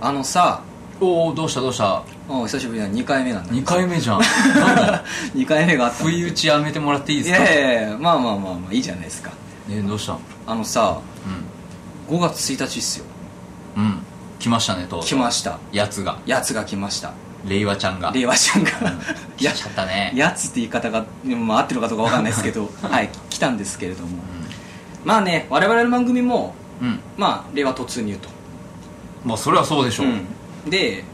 あのさおおどうしたどうしたお久しぶりだ2回目なんだ2 回目 じゃんなんだ2回目があった不意打ちやめてもらっていいいですかやいやいやまあまあまあまあいいじゃないですかえどうしたあのさう5月1日っすよんうん来ましたねとうとう来ましたやつがやつが来ました令和ちゃんが令和ちゃんがうん来ちゃやっ たねやつって言い方が、まあ、合ってるかどうかわかんないですけどはい来たんですけれどもまあね我々の番組もうん、うんまあ令和突入とまあそれはそうでしょう、うんで、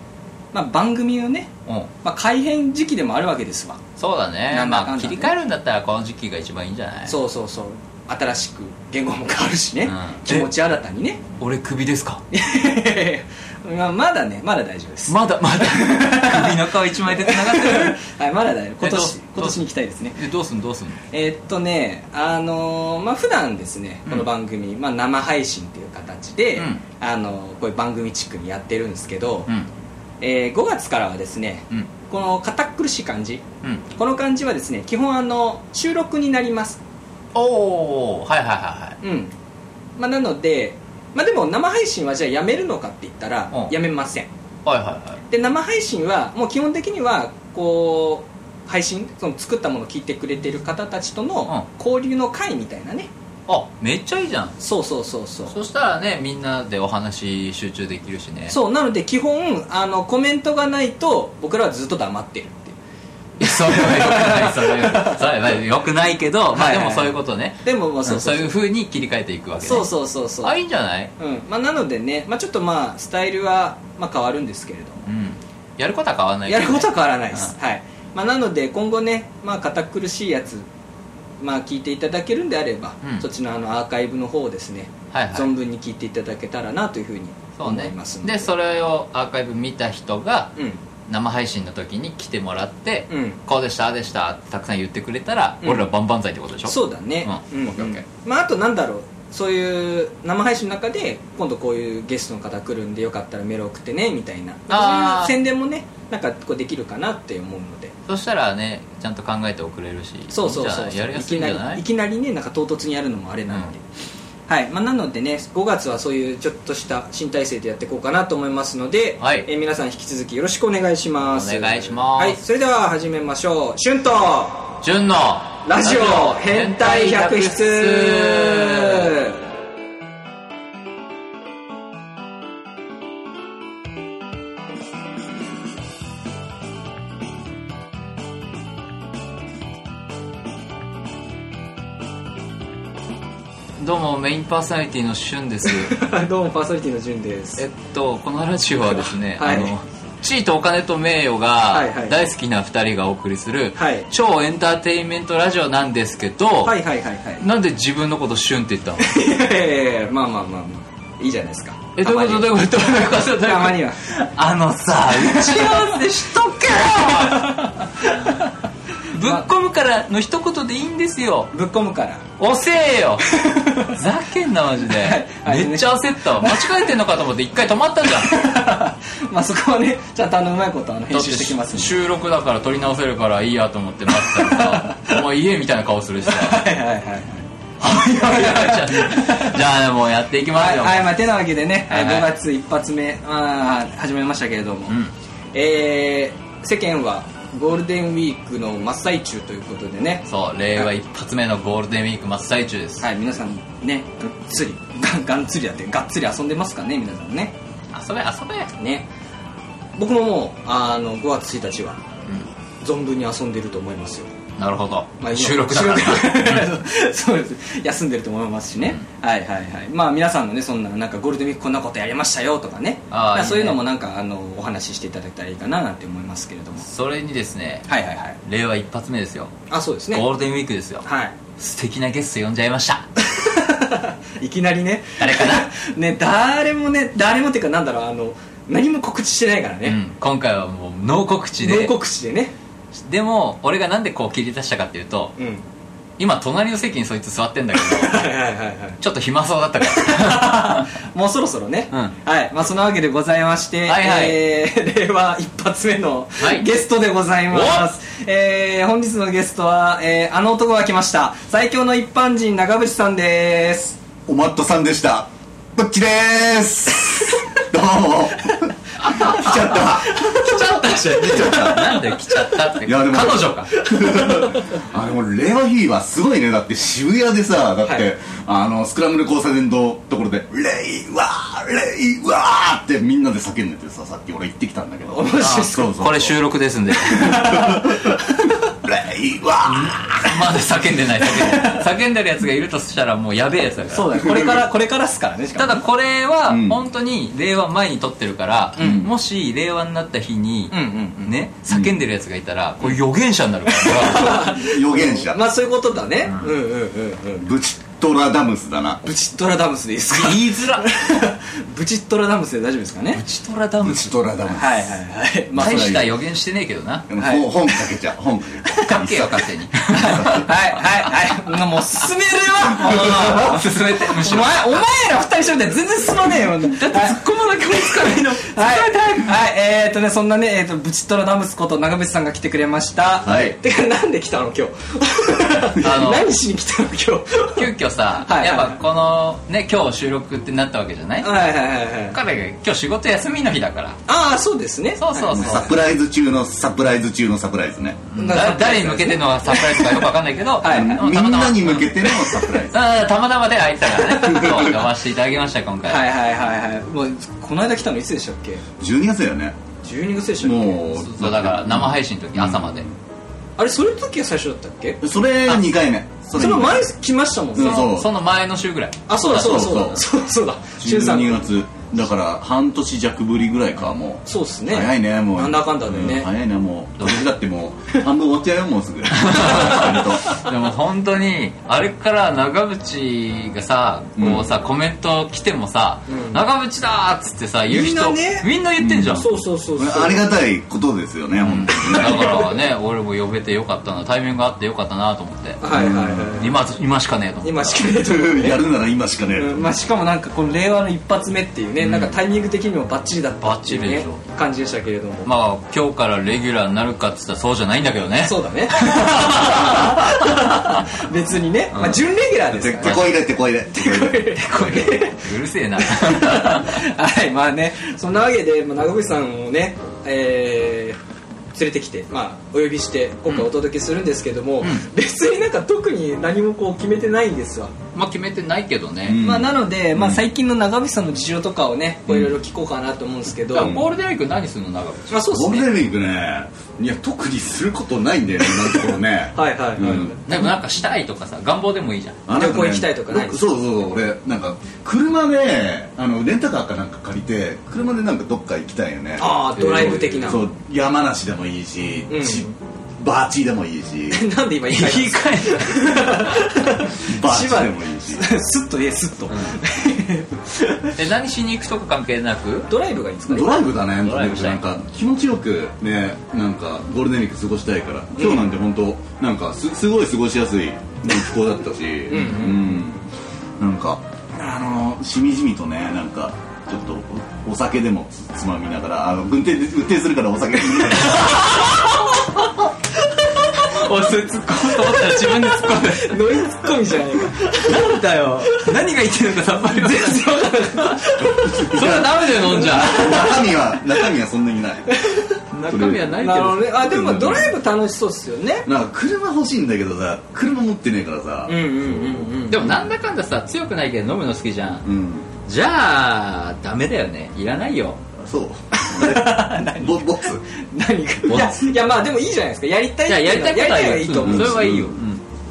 まあ、番組のね、うんまあ、改編時期でもあるわけですわそうだねなんだまかあんだ切り替えるんだったらこの時期が一番いいんじゃないそうそうそう新しく言語も変わるしね、うん気持ち新たにね 俺クビですかまあまだねまだ大丈夫です、まだま だ首の皮一枚でつながってるはい、まだ大丈夫今えどう年今年に行きたいですねでどうすんどうすんのえーっとねあのーまあ普段ですねこの番組、まあ、生配信っていう形で、うんあのーこういう番組チックにやってるんですけど、うんえー5月からはですねうんこの堅苦しい感じうんこの感じはですね基本あの収録になりますおおはいはいはいはいうんまあなのでまあでも生配信はじゃあやめるのかって言ったらうんやめませんはいはいはいで生配信はもう基本的にはこう配信その作ったものを聞いてくれてる方たちとの交流の会みたいなねあめっちゃいいじゃんそうそうそうそうそしたらねみんなでお話集中できるしねそうなので基本あのコメントがないと僕らはずっと黙ってるっていういやそれはよくないそれはそれはよくないけど、まはあ、いではいもそういうことねでもまうあんそうそそうういうふうに切り替えていくわけねそうそうそうそうあいいんじゃないうんまあ、なのでね、まあ、ちょっとまあスタイルはまあ変わるんですけれどもうんやることは変わらないけやどることは変わらないです、はいまあ、なので今後ね、まあ、堅苦しいやつ、まあ、聞いていただけるんであれば、うんそっちのあのアーカイブの方をですね、はいはい存分に聞いていただけたらなというふうにそう思いねますのででそれをアーカイブ見た人がう生配信の時に来てもらって、ん、うん、こうでしたああでしたってたくさん言ってくれたら、うん俺ら万々歳ってことでしょそうだねうんオッケーオッケーまあ、あとなんだろうそういう生配信の中で今度こういうゲストの方来るんでよかったらメール送ってねみたいなあーそういう宣伝もねなんかこうできるかなって思うのでそしたらねちゃんと考えて送れるしそうそうそういいそうんじゃないやりやすいんじゃないいきなりいきなりねなんか唐突にやるのもあれなんで、はいまあ、なのでね5月はそういうちょっとした新体制でやっていこうかなと思いますので、はいえー皆さん引き続きよろしくお願いしますお願いしますはい、それでは始めましょう「春と純のラジオ変態百室」どうもメインパーソナリティの旬 です どうもパーソナリティのじゅんですえっとこのラジオはですね、はいあの地位とお金と名誉はいはがい大好きな2人がお送りするはい超エンターテインメントラジオなんですけど、はいはいはいはいなんで自分のこと旬って言ったのいやいやいやまあまあまあまあいいじゃないですかえどういうことどういうことどういうことどういうことたまにはあのさ打ち合わせし とけよぶっ込むからの一言でいいんですよぶっ込むから遅 えよふざけんなマジでいはいめっちゃ焦ったわ間違えてんのかと思って一回止まったじゃ んまあそこはねちゃんとあのうまいことあのだ編っ集してきますんてで収録だから撮り直せるからいいやと思って待ってた らさお前家みたいな顔するしさはいはいはいはいじゃあ じゃあもうやっていきますよ、はい、まあ、てなわけでね、はいはい5月一発目、まあ、始めましたけれども、うんえー世間はゴールデンウィークの真っ最中ということでね、そう令和一発目のゴールデンウィーク真っ最中です、はい、皆さんね、がっつり、ががっつりやって、がっつり遊んでますからね、皆さんね。遊べ遊べ、ね僕ももう、あの、5月1日は、う存分に遊んでると思いますよ。ん、なるほど、まあ今収録だから収録だから そうです休んでると思いますしね、はいはいはいまあ皆さんのねそんななんかゴールデンウィークこんなことやりましたよとかねあーまそういうのいいねもなんかあのお話ししていただけたらいいかななんて思いますけれどもそれにですねはいはいはい令和一発目ですよあそうですねゴールデンウィークですよは素敵なゲスト呼んじゃいましたいいきなりね誰かな ね誰もね誰もっていうかなんだろうあの何も告知してないからうね、ん、今回はもうノー告知で報告でねでも俺がなんでこう切り出したかっていうとうん今隣の席にそいつ座ってんだけどはいはいはいはいちょっと暇そうだったからもうそろそろね、うんはい、まあ、そんなわけでございまして、はいはいえー令 和一発目のはいゲストでございます、えー本日のゲストは、えーあの男が来ました最強の一般人長渕さんですおまっとさんでした。ぶっちでーす。どうも。ちゃった来ちゃったじゃん来ちゃったなんで来ちゃったっていやでも彼女かあでも令和ヒーはすごいねだって渋谷でさだって、はいあのスクランブル交差点のところで「令和令和!」ってみんなで叫んでてささっき俺行ってきたんだけど面白いっすねそうそうそうこれ収録ですんで令和まだ叫んでない叫んでない叫んでるやつがいるとしたらもうやべえやつだからそうだね これからこれからっすからねしかたもだこれはうん本当に令和前に撮ってるから、んもし令和になった日に、うんうんうんね叫んでるやつがいたら、これ予言者になるからね予言者まあそういうことだねうんうんうんうんブチトラダムスだなブチットラダムスでいいですか言いづら ブチットラダムスで大丈夫ですかねブチトラダブムチストラダムスはいはいはいまあ大した予言してねえけどなでもはい本本かけちゃう本かけちゃうかっけよ勝手にはいはいはい もう進めるわ進めてむしおろ前お前ら二人しゃべったら全然進まねえよだって突っ込まなきゃ追いつかないのはい、はい、えー、っとねそんなね、えー、とブチトラダムスこと長渕さんが来てくれましたはいてかなんで来たの今日あの何しに来たの今日急遽さ、はいやっぱこのね今日収録ってなったわけじゃない、はいはいはいはい彼が今日仕事休みの日だからああそうですねそうそうそう、サプライズ中のサプライズ中のサプライズね、はいだ誰に向けてのサプライズかよくわかんないけど、はいでもみたまんたまなに向けてのサプライズうんたまたまで会え たからねそう呼ばせていただきました今回、はいはいはいはいもうこの間来たのいつでしたっけ12月だよね12月でしたっけもうそうだから生配信の時朝まで、あれそれの時が最初だったっけそれ2回目そそれ二も回目前来ましたもんね、うんそうその前の週ぐらいあそうだそうだそうだそそうだそうだ俊さん12月だから半年弱ぶりぐらいかもうそうっすね早いねもうなんだかんだでねう早いねもう私だってもう半分終わっちゃうよもうすぐ割とでも本当にあれから長渕がさこうさ、コメント来てもさ「うん長渕だ!」っつってさ言う人みんなねみんな言ってんじゃん、そうそうそうそうありがたいことですよね、本だからね俺も呼べてよかったなタイミングがあってよかったなと思ってはいはいはい今今しかねえと思って今しかねえと当思うにやるなら今しかねえ、うんまあ、しかもなんかこの令和の一発目っていうね、なんかタイミング的にもバッチリだったっていう、バッねチリでし、感じでしたけれども、まあ今日からレギュラーになるかっつったらそうじゃないんだけどねそうだ ね別にね、まあ、準レギュラーですてからてこ入れてこ入れてこ入れうるせ えな はいまあねそんなわけで、まあ、長渕さんをね、えー連れてきて、まあ、お呼びして今回お届けするんですけども、別になんか特に何もこう決めてないんですわ、まあ決めてないけどね、うんまあ、なので、まあ、最近の長渕さんの事情とかをねこういろいろ聞こうかなと思うんですけど、だからゴールデンウィーク何するの長渕まあそうですゴールねデンウィークねいや特にすることないんだよね今のところねはいはいはい、うんでもなんかしたいとかさ願望でもいいじゃんあなんね旅行行きたいとかない僕そうそうそう俺なんか車であのレンタカーかなんか借りて車でなんかどっか行きたいよねああドライブ的な、そう山梨でもいいし、うんちバーチーでもいいしなんで今言い換えたんですかバーチーでもいいし スッと言えスッと、で何しに行くとか関係なくドライブがいいんですかねドライブだねドライブしたいなんか気持ちよくねなんかゴールデンウィーク過ごしたいから今日なんて本当なんかすすごい過ごしやすい気候だったしうん、なんかあのしみじみとねなんかちょっとおお酒でもつつまみながらあの運転運転するからお酒おいそれ突っ込むと思ったら自分で突っ込んでノリツッコミじゃねなんだよ何が言ってるのかさっぱり全然それはダメだよ飲んじゃ中身は中身はそんなにない中身はなえかいけなるほどどねあでもドライブ楽しそうっすよねなんか車欲しいんだけどさ車持ってねえからさうんうんうんうんでもなんだかんださ強くないけど飲むの好きじゃんうんじゃあダメだよねいらないよそう ボボツ何がいやいやまあでもいいじゃないですかやりたいっじゃあてやいうのりはたいことやりたはいがいいいいとと思うそれはいいよ、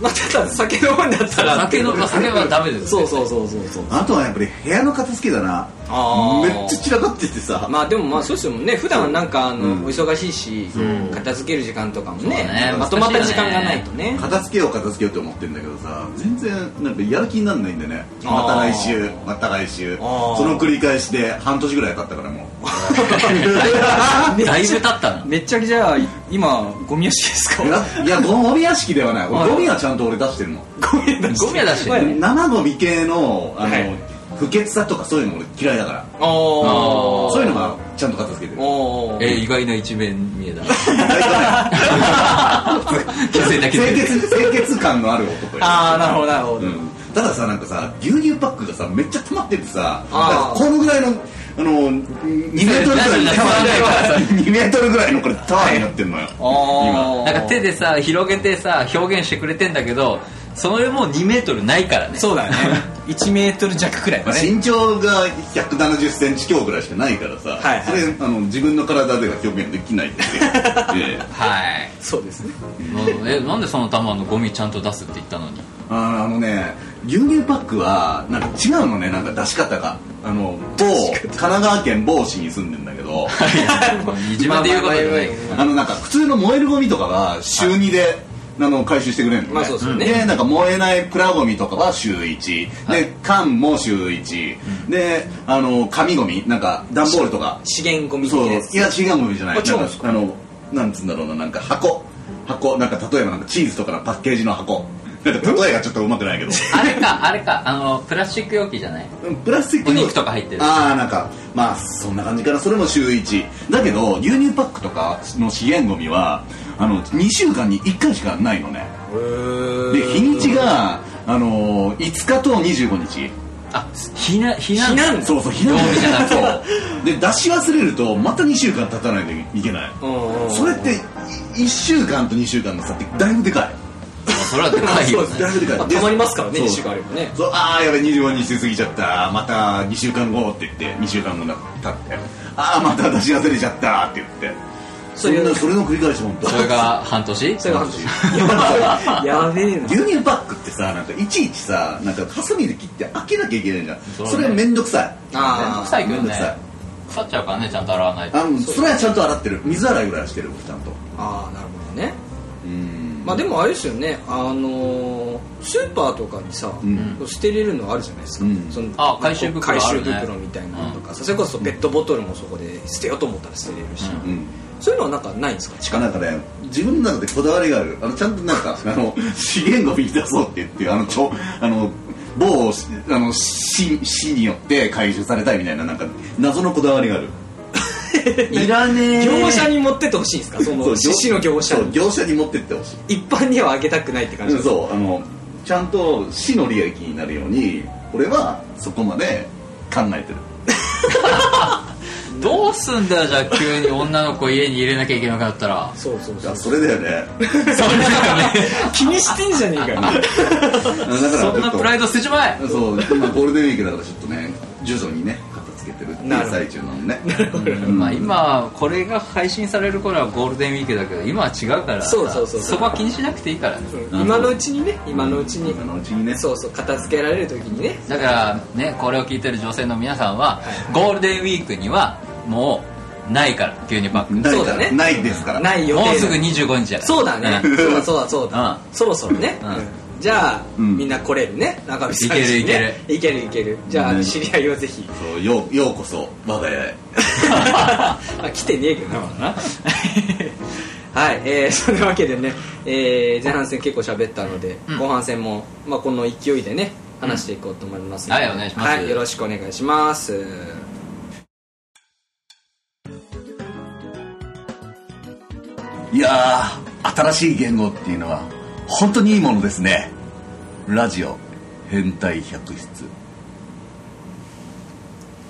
まあただ酒飲むんだったら酒の酒はダメですそうそうそうそうそうあとはやっぱり部屋の片付けだなあめーっちゃ散らかっててさ、まあでもまあそうですもんね普段はなんかあの、うんお忙しいし、片付ける時間とかもねそうねまとまった時間がないとね片付けよう片付けようって思ってんだけどさ全然なんかやる気にならないんでねあーまた来週また来週そあーの繰り返しで半年ぐらい経ったからも だいぶ経ったなめっちゃじゃあい今ゴミ屋敷ですかういやいやゴミ屋敷ではないはい俺ゴミはちゃんと俺出してるのゴミだゴミは出してるまあね生ゴミ系のあの、はい不潔さとかそういうの俺嫌いだからああそういうのがちゃんと片付けてるお ええ意外な一面見えた 気づいた清気づいた潔清潔感のある男よああなるほどなるほど、うんたださなんかさ牛乳パックがさめっちゃ溜まっててさあーなんかこのぐらいのあの2メートルぐらいのタワー2メートルぐらいのこれタワーになってんのよあーなんか手でさ広げてさ表現してくれてんだけどそれもう2メートルないからねそうだね 1メートル弱くらいまだあね身長が1 7 0ンチ強ぐらいしかないからさ、はいはいそれあの自分の体では表現できないんで、 ええはいそうですねなえなんでその玉のゴミちゃんと出すって言ったのにあーあのね牛乳パックはなんか違うのねなんか出し方があの某神奈川県某市に住んでんだけどいじめで言うことじゃないまあまあまあまああのなんか普通の燃えるゴミとかは週2で、あの回収してくれるのね,、まあそうですよねでなんか燃えないプラゴミとかは週1、で缶も週1、であの紙ゴミなんか段ボールとか資源ゴミ的そうないやつや違うものじゃないあ違うんですかあのなんつうんだろうななんか箱箱なんか例えばなんかチーズとかのパッケージの箱なんか例えがちょっとうまくないけどあれかあれかあのプラスチック容器じゃないうんプラスチックのお肉とか入ってるああなんかまあそんな感じかなそれも週1だけど牛乳パックとかの資源ゴミはあの2週間に1回しかないのねで日にちがあのー5日と25日あひなひな避難そうそう日な曜日じゃなくて そうで出し忘れるとまた2週間経たないといけないうんうんそれって1週間と2週間の差ってだいぶでかいそれはでかいそようですねだいぶでかいまあ溜まりますからねそう2週間あればねそうああやべ25日過ぎちゃったまた2週間後って言って2週間後経ってああまた出し忘れちゃったって言ってそそれんなそれの繰り返し本当それが半年それが半年やべえな牛乳パックってさなんかいちいちさなんかハサミで切って開けなきゃいけないじゃんそ,、そうねれは面倒くさいあーめんど面倒くさいけめどんどくねさい腐っちゃうからねちゃんと洗わないとあのそれはちゃんと洗ってる水洗いぐらいはしてる僕ちゃんとああなるほどねうんまあでもあれですよねあのースーパーとかにさ、ん捨てれるのあるじゃないですか、うんそのあ回収袋あるね回収袋みたいなのとかさ、それこそペットボトルもそこで捨てようと思ったら捨てれるし、うんうんそういうのはなんかないんですかしかなんかね自分の中でこだわりがあるあのちゃんとなんか あの資源ゴミ出そうって言ってあのちょあの某あの市市によって回収されたいみたいななんか謎のこだわりがあるいらね業者に持ってってほしいんですかそのそう獅子の業者そうに業者に持ってってほしい一般にはあげたくないって感じうでんすそうあのちゃんと市の利益になるように俺はそこまで考えてるどうすんだよじゃあ急に女の子家に入れなきゃいけなくなったらそうそういそやうそれだよ ね気にしてんじゃねえかよ だからちょっとそんなプライド捨てちまえそう今ゴールデンウィークだからちょっとね徐々にね片付けてるっていうなるほど最中なのねうんまあ今これが配信される頃はゴールデンウィークだけど今は違うからそうそうそうそこは気にしなくていいからねうん今のうちにね今のうちに、今のうちにねそうそう片付けられる時にねだからねこれを聞いてる女性の皆さんはゴールデンウィークにはもうないから牛乳パックないそうだねないですからない予定もだうすぐ25日だからそうだねんそうだそうだそうだうそろそろねうんうんじゃあうんみんな来れるね中身さんちにねいけるいけるじゃうあん知り合いをぜひそうようようこそ我が家へあ来てねえけどなまだな はい、えー、そんなわけでね、えー前半戦結構喋ったので、うん後半戦も、まあ、この勢いでね話していこうと思いますので、はいお願いしますはい、よろしくお願いしますいやー新しい言語っていうのは本当にいいものですねラジオ変態百出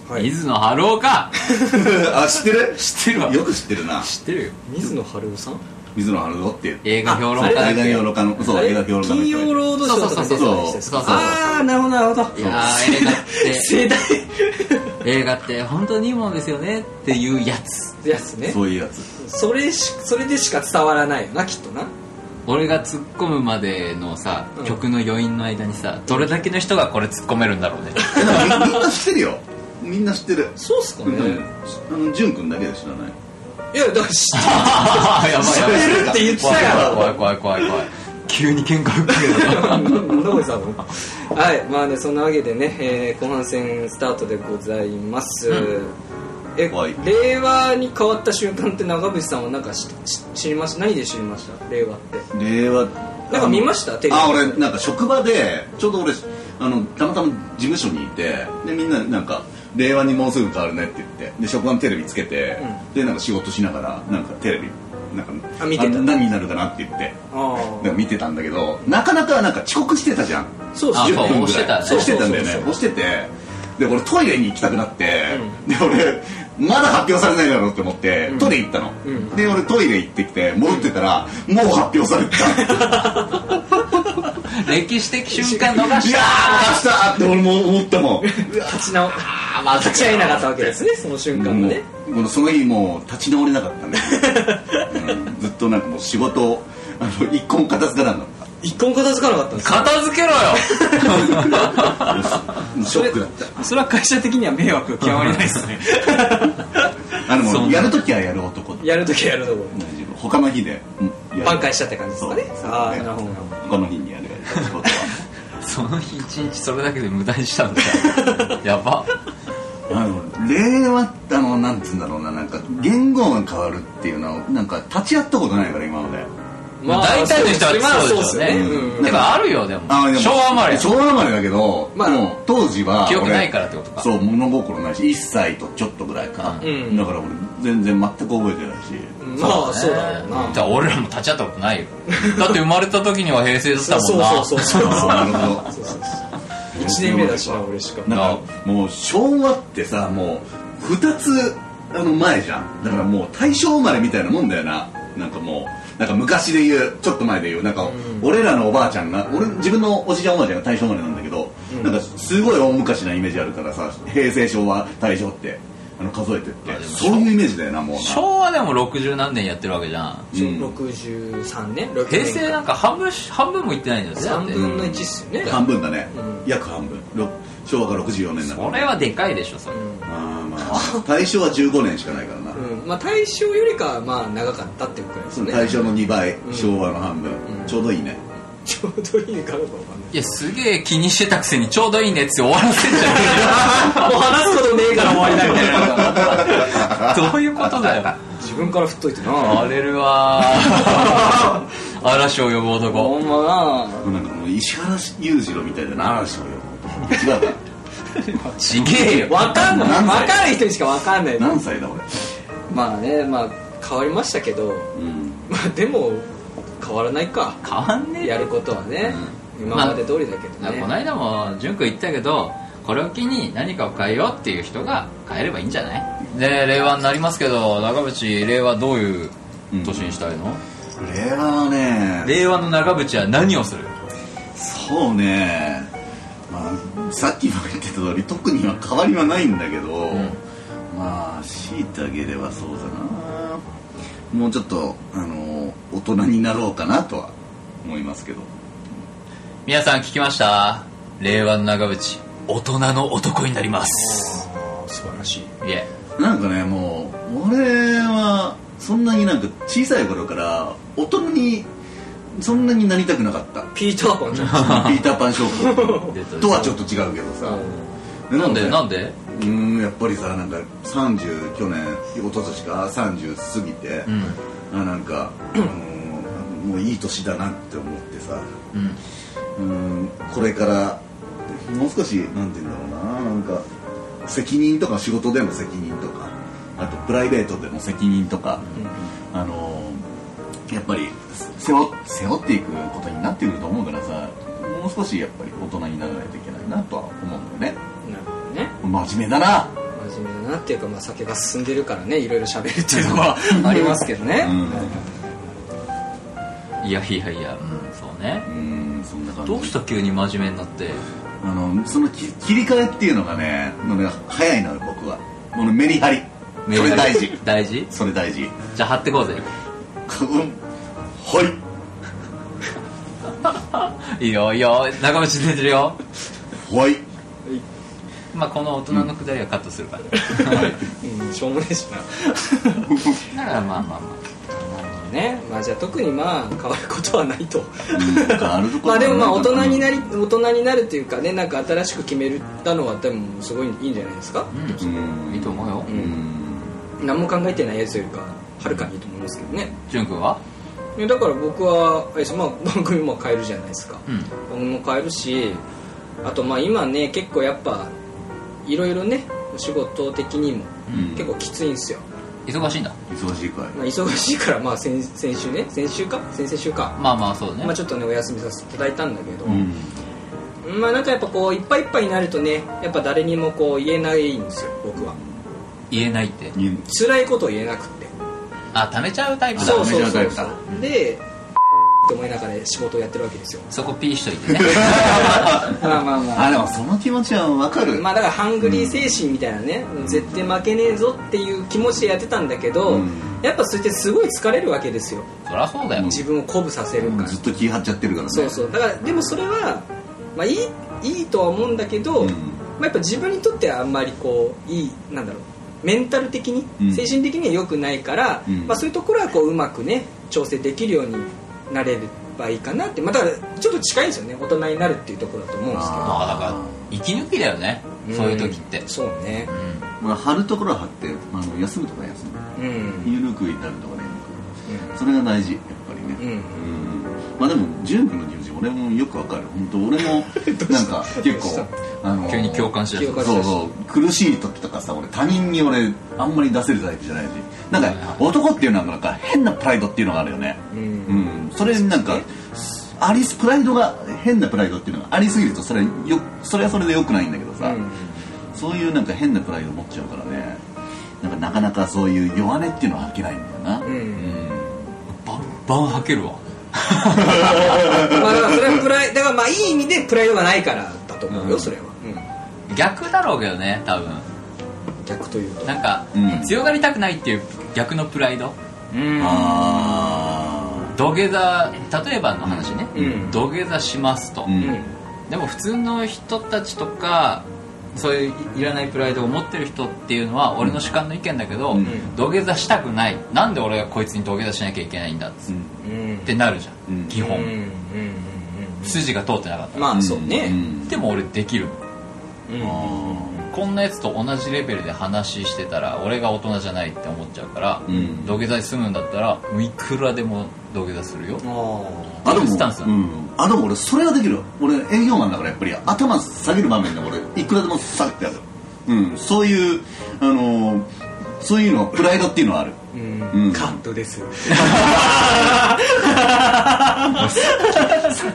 はい水野春夫か あ知ってる知ってるわよく知ってるな知ってるよ水野晴夫さん水野晴夫っていう映画評論家映だ画っけ評論家のそうあれ映画評論家の人金曜ロードショーとか出てた人ですそうそうそうそうそうそうああなるほどなるほどいやー映画って 世代映画って本当にいいものですよねっていうやつやつねそういうやつそれしそれでしか伝わらないよなきっとな俺が突っ込むまでのさ、うん曲の余韻の間にさどれだけの人がこれ突っ込めるんだろうねえでもみみんな知ってるよみんな知ってるそうっすかね、うんいあの潤君だけで知らないやだから知ってる あやば知ってるって言ってたやろ怖い怖い怖い怖い怖い急に喧嘩売ってるどこにさはいまあねそんなわけでね、えー後半戦スタートでございます、えはい令和に変わった瞬間って長渕さんはなんか知知知りました何で知りました令和って令和なんか見ましたテレビあ俺なんか職場でちょうど俺あのたまたま事務所にいてでみんななんか「令和にもうすぐ変わるね」って言ってで職場のテレビつけて、でなんか仕事しながらなんかテレビなんかあ見てたあ何になるかなって言ってあなんか見てたんだけどなかなかなんか遅刻してたじゃんそうっすあよそうね押してたねそう押してたんだそよねうそうそう押しててで俺トイレに行きたくなって、で俺まだ発表されないだろうって思って、トイレ行ったの、うんで俺トイレ行ってきて戻ってたら、もう発表されてた歴史的瞬間逃いしやたー勝したって俺も思ったも ん立ち直あーまず立ち会えなかったわけですねその瞬間もねもうもうその日もう立ち直れなかったね、うんずっとなんかもう仕事あの一個も片付かなかっ一個も片付かなかったんですよ片付けろよたショックだったそれは会社的には迷惑極まりないですねあでそうなもんだやるときはやる男ってやるときはやるとこ大丈夫他の日で、うんやる挽回したって感じですかねそうそうああなるほどなるほど他の日にやるやる仕事はその日一日それだけで無駄にしたんだ よやばあの令和ってあのなんつうんだろうななんか言語が変わるっていうのはなんか立ち会ったことないから今までまあ大体の人はそうですよねまあそうですよねうんでもあるよでもでも昭和生まれ昭和生まれだけど、まあもう当時は記憶俺ないからってことかそう物心ないし1歳とちょっとぐらいか、うんだから俺全然全く覚えてないし、まあそうだろうなじゃあ俺らも立ち会ったことないよだって生まれた時には平成だったそうもんそなうそうそうあなるほどそうそう1年目だしな俺しかなんかもう昭和ってさもう2つあの前じゃんだからもう大正生まれみたいなもんだよななんかもうなんか昔で言うちょっと前で言うなんか俺らのおばあちゃんが俺自分のおじいちゃんおばあちゃんが大正生まれなんだけど、なんかすごい大昔なイメージあるからさ平成昭和大正ってあの数えてっまあてでもそういうイメージだよなもうな昭和でも60何年やってるわけじゃんうん63年平成なんか半分し半分もいってないんだよ3ねだっ分の1っすよね半分だね、う約半分ろ昭和が64年だてからそれはでかいでしょそれうあーまあ大正は15年しかないからな、んうんまあ大正よりかはまあ長かったっていうくらいですそよのね大正の2倍、昭和の半分、んちょうどいいねちょうどいいかどうかわかんないいやすげえ気にしてたくせにちょうどいいねって終わらせんじゃ ねもう話すことねえから終わりだみたいなえ よどういうことだよ自分から振っといてな荒れるわ嵐を呼ぶ男ほんまななんかもう石原裕次郎みたいだな話をよ違うかちげえよわかんない何歳わかる人にしかわかんない何歳だ俺まあねまあ変わりましたけどうんまあでも変わらないか変わんねえよやることはねうん今まで通りだけどだからこねの間も純くん言ったけどこれを機に何かを変えようっていう人が変えればいいんじゃないで令和になりますけど中渕令和どういう年にしたいの、令和はね令和の長渕は何をするそうね、まあ、さっきも言ってた通り特には変わりはないんだけど、んまあ強いてあげればそうだなもうちょっとあの大人になろうかなとは思いますけど皆さん聞きました令和の長渕大人の男になります素晴らしいいえなんかねもう俺はそんなになんか小さい頃から大人にそんなになりたくなかったピーターパンじゃん ピーターパン症候出 群たとはちょっと違うけどさなんでなんででうーんやっぱりさなんか30去年一昨年か30過ぎて、うんあなんか、うーんもういい年だなって思ってさうんうーんこれからもう少しなんて言うんだろうななんか責任とか仕事でも責任とかあとプライベートでも責任とか、あのやっぱり背負背負っていくことになってくると思うからさもう少しやっぱり大人にならないといけないなとは思うんだよねなるほどね真面目だな真面目だなっていうか、まあ、酒が進んでるからねいろいろ喋るっていうのはありますけどね、いやいやいやうんそうねうんそんな感じどうした急に真面目になってあのそのき切り替えっていうのがねのね早いのよ僕はこのメリハリそれ大事大事それ大事じゃあ貼ってこうぜかうんはいいいよいいよ長渕出てるよはいまあこの大人のくだりはカットするからうん、しょうもねえしなだからまあまあまねまあじゃあ特にまあ変わることはないとなんかあるとこまあでもまあ大人になりり大人になるっていうかねなんか新しく決めたのは多分すごいいいんじゃないですか、うあんいいと思うようん何も考えてないやつよりかはるかにいいと思いますけどね潤くんはいやだから僕はあれですまあ、 番組も変えるじゃないですか、うん番組も変えるしあとまあ今ね結構やっぱいろいろねお仕事的にもうん結構きついんですよ、忙しいんだ忙しいかいまあ、忙しいからまあ先先週ね先週か先々週か、まあまあそうだねまあ、ちょっとねお休みさせていただいたんだけど、うんまあなんかやっぱこういっぱいいっぱいになるとねやっぱ誰にもこう言えないんですよ僕は言えないってうん辛いことを言えなくってあ溜めちゃうタイプだそうそうメジそャータイうプそだうでって思いながら仕事をやってるわけですよそこピーしといてねまあまあまああでもその気持ちはわかる、まあだからハングリー精神みたいなね、絶対負けねえぞっていう気持ちでやってたんだけど、うんやっぱそれってすごい疲れるわけですよそりゃそうだよ、自分を鼓舞させるから、ずっと気張っちゃってるからねそうそうだからでもそれは、まあ、いいいいとは思うんだけど、うんまあ、やっぱ自分にとってはあんまりこういいなんだろうメンタル的に、うん精神的には良くないから、うんまあ、そういうところはこううまくね調整できるようになれればいいかなって、まあ、だからちょっと近いんですよね大人になるっていうところだと思うんですけどまあだから息抜きだよねそういう時ってんそうねうんまあ、張るところは張ってあの休むとこは休むうん、うん緩く至るところは緩くそれが大事やっぱりね、うんうんまあでも純君の気持ち俺もよくわかる本 当俺もなんか結どうした構あの急に共感しだす共感そうそう苦しい時とかさ俺他人に俺あんまり出せるタイプじゃないしなんか男っていうのはなんか変なプライドっていうのがあるよねうんうんそれなんかありすプライドが変なプライドっていうのがありすぎるとそれよそれはそれでよくないんだけどさ、うんそういうなんか変なプライド持っちゃうからねなんかなかなかそういう弱音っていうのは吐けないんだよな、うんバンバンはけるわまあだからそれはプライだからまあいい意味でプライドがないからだと思うよ、うんそれは、逆だろうけどね多分逆というとなんか、うん強がりたくないっていう逆のプライドあ土下座例えばの話ね、うん土下座しますと、ーうんうんでも普通の人たちとかそういういらないプライドを持ってる人っていうのは俺の主観の意見だけど、うん土下座したくないなんで俺がこいつに土下座しなきゃいけないんだっつっうんてなるじゃん、うん基うん本、うんうんうん筋が通ってなかったら、まあそうねうんでも俺できるうんあこんなやつと同じレベルで話してたら俺が大人じゃないって思っちゃうから、うん土下座に済むんだったらもういくらでも土下座するよ、あーあでもスタンスなうのん、あでも俺それはできるわ俺営業マンだからやっぱり頭下げる場面で俺いくらでも下げてやる、うん、そういうあのーそういうのはプライドっていうのはあるーうんうんカットです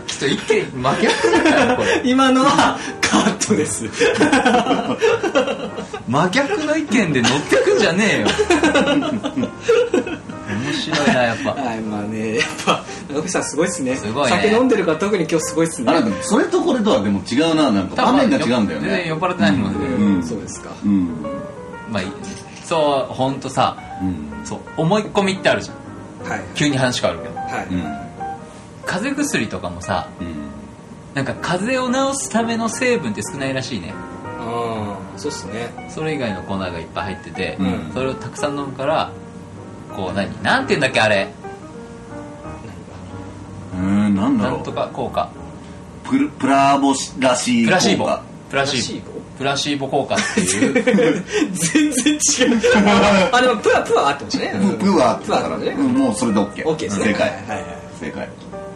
きっと一見真逆だから これ今のはカットです真逆の意見で乗ってくんじゃねえよ 面白いなやっ ぱはいまあねやっぱ長渕さんすごいっすねすごいね酒飲んでるから特に今日すごいっすねあなんかそれとこれとはでも違うななんか場面が違うんだ全よ然ね酔っ払ってないもんうね、んうんそうですかうんまあいいそう本当さうんそう思い込みってあるじゃんはい急に話変わるけどはういん風邪薬とかもさうんなんか風邪を治すための成分って少ないらしいねああそうっすねそれ以外の粉がいっぱい入ってて、うんそれをたくさん飲むからこう何なんて言うんだっけあれえー、なんだなろんとうか効果プルプラボシらしいプラシーボ効果プラシーボプラシーボ効果って いう全然違うあでもプはプは合ってましたねププはあっプたはかあらってね、ましたうねん、もうそれで OK, OK ですね正解、はいはいはい正解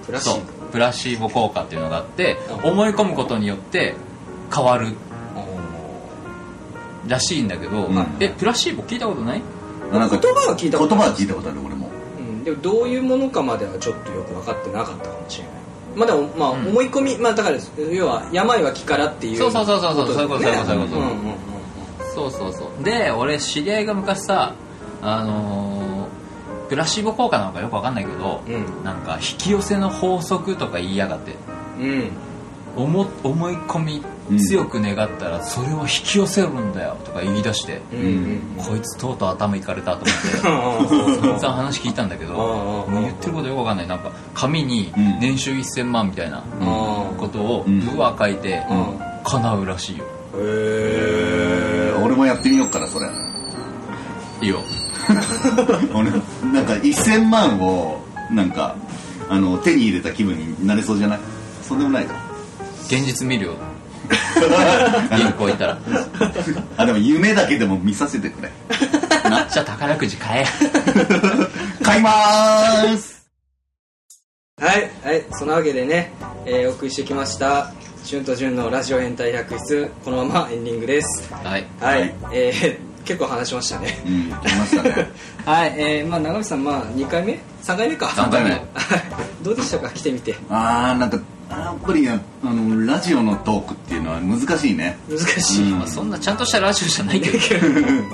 プラシそうーボプラシーボ効果っていうのがあってうん思い込むことによって変わるらしいんだけど、うんえプラシーボ聞いたことないなんか言葉は聞いたこと言葉は聞いたことある俺もうん、でもどういうものかまではちょっとよく分かってなかったかもしれないまあでもまあうん思い込み、まあだから要は病は気からっていうそうそうそうそうそうこだよねそういうことそういうことうんうんそうそうそうで俺知り合いが昔さあのープラシーボ効果なのかよくわかんないけど、うなんか引き寄せの法則とか言いやがってうんうん思思い込うんみ強く願ったらそれを引き寄せるんだよとか言い出して、うんうんこいつとうとう頭いかれたと思っ てうん そいつの話聞いたんだけどもああう言ってることよくわかんないなんか紙にうん年収1000万みたいなあことをうんうわ書いてうん叶うらしいよあへええー俺もやってみようかなそれいいよ俺なんか1000万をなんかあの手に入れた気分になれそうじゃないそうでもないか現実見るよ銀行行ったらあでも夢だけでも見させてくれなっちゃ宝くじ買え買いまーすはいはいそんなわけでね、えーお送りしてきました「旬と旬のラジオ変態百室」このままエンディングですはいはい、はいえー 結構話しました ねうん来ましたねはい、えー、まあ長渕さんまあ2回目3回目か 三回目どうでしたか来てみてあーなんかやっぱりあのラジオのトークっていうのは難しいね難しい、うんまあ、そんなちゃんとしたラジオじゃないけど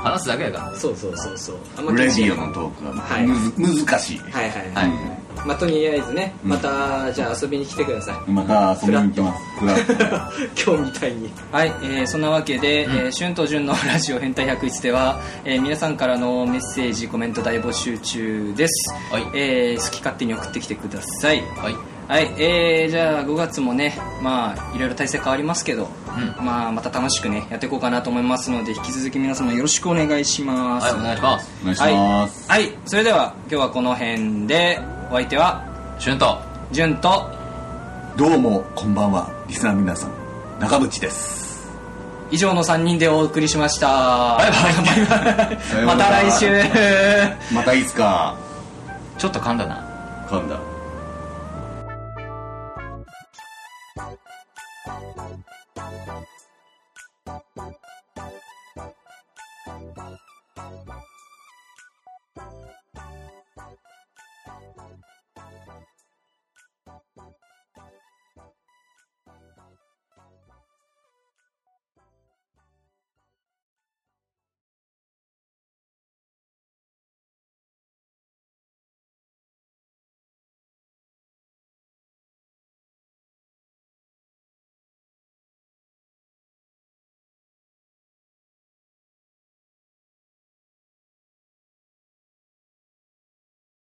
話すだけだから そうそうそうそうあんラ厳しいジオのトークは、はいむず難しい、はいはいはい、まあ、とりあえずねんまたじゃあ遊びに来てくださいまた遊びに行きますフラ ット今日みたいにはい、えーそんなわけで、えー春と潤のラジオ変態101では、えー皆さんからのメッセージ、コメント大募集中です。はいえー好き勝手に送ってきてください。はいはい、えーじゃあ5月もね、まあ、いろいろ体制変わりますけど、うまあ、また楽しくね、やっていこうかなと思いますので、引き続き皆様よろしくお願いします。はいお願いしますお願いします、はい、それでは今日はこの辺で、お相手は、俊と潤と、どうもこんばんはリスナーの皆さん中渕です以上の3人でお送りしました。バイバイさようまならた来週またいつか ちょっと噛んだな噛んだ